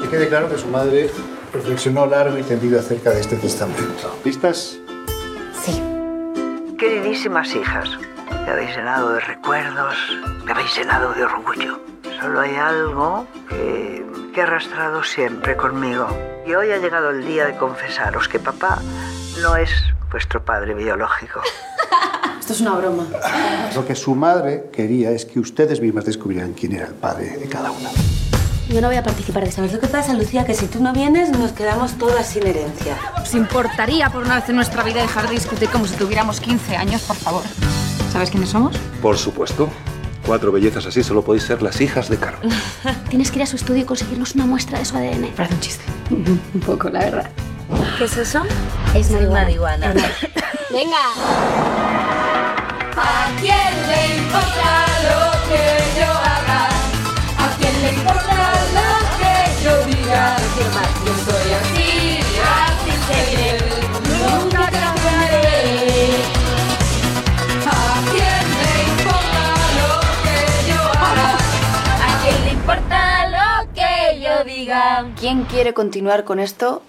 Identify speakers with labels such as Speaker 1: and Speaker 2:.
Speaker 1: que quede claro que su madre reflexionó largo y tendido acerca de este testamento. ¿Listas?
Speaker 2: Sí.
Speaker 3: Queridísimas hijas, me habéis llenado de recuerdos, me habéis llenado de orgullo. Solo hay algo que, que he arrastrado siempre conmigo. Y hoy ha llegado el día de confesaros que papá no es vuestro padre biológico.
Speaker 2: Esto es una broma.
Speaker 1: Lo que su madre quería es que ustedes mismas descubrieran quién era el padre de cada una.
Speaker 4: Yo no voy a participar de eso.
Speaker 5: ¿Sabes lo que pasa, Lucía? Que si tú no vienes, nos quedamos todas sin herencia.
Speaker 4: ¿Os importaría por una vez en nuestra vida dejar de discutir como si tuviéramos 15 años, por favor? ¿Sabes quiénes somos?
Speaker 6: Por supuesto. Cuatro bellezas así solo podéis ser las hijas de Carmen.
Speaker 4: Tienes que ir a su estudio y conseguirnos una muestra de su ADN.
Speaker 2: Parece un chiste. un poco, la verdad.
Speaker 5: ¿Qué es eso?
Speaker 4: Es
Speaker 5: marihuana.
Speaker 4: Venga.
Speaker 7: ¿A quién le importa lo que yo haga? ¿A quién le importa lo que yo diga? Yo soy así, así seguiré, nunca cambiaré. ¿A quién le importa lo que yo haga? ¿A quién le importa lo que yo diga?
Speaker 5: ¿Quién quiere continuar con esto?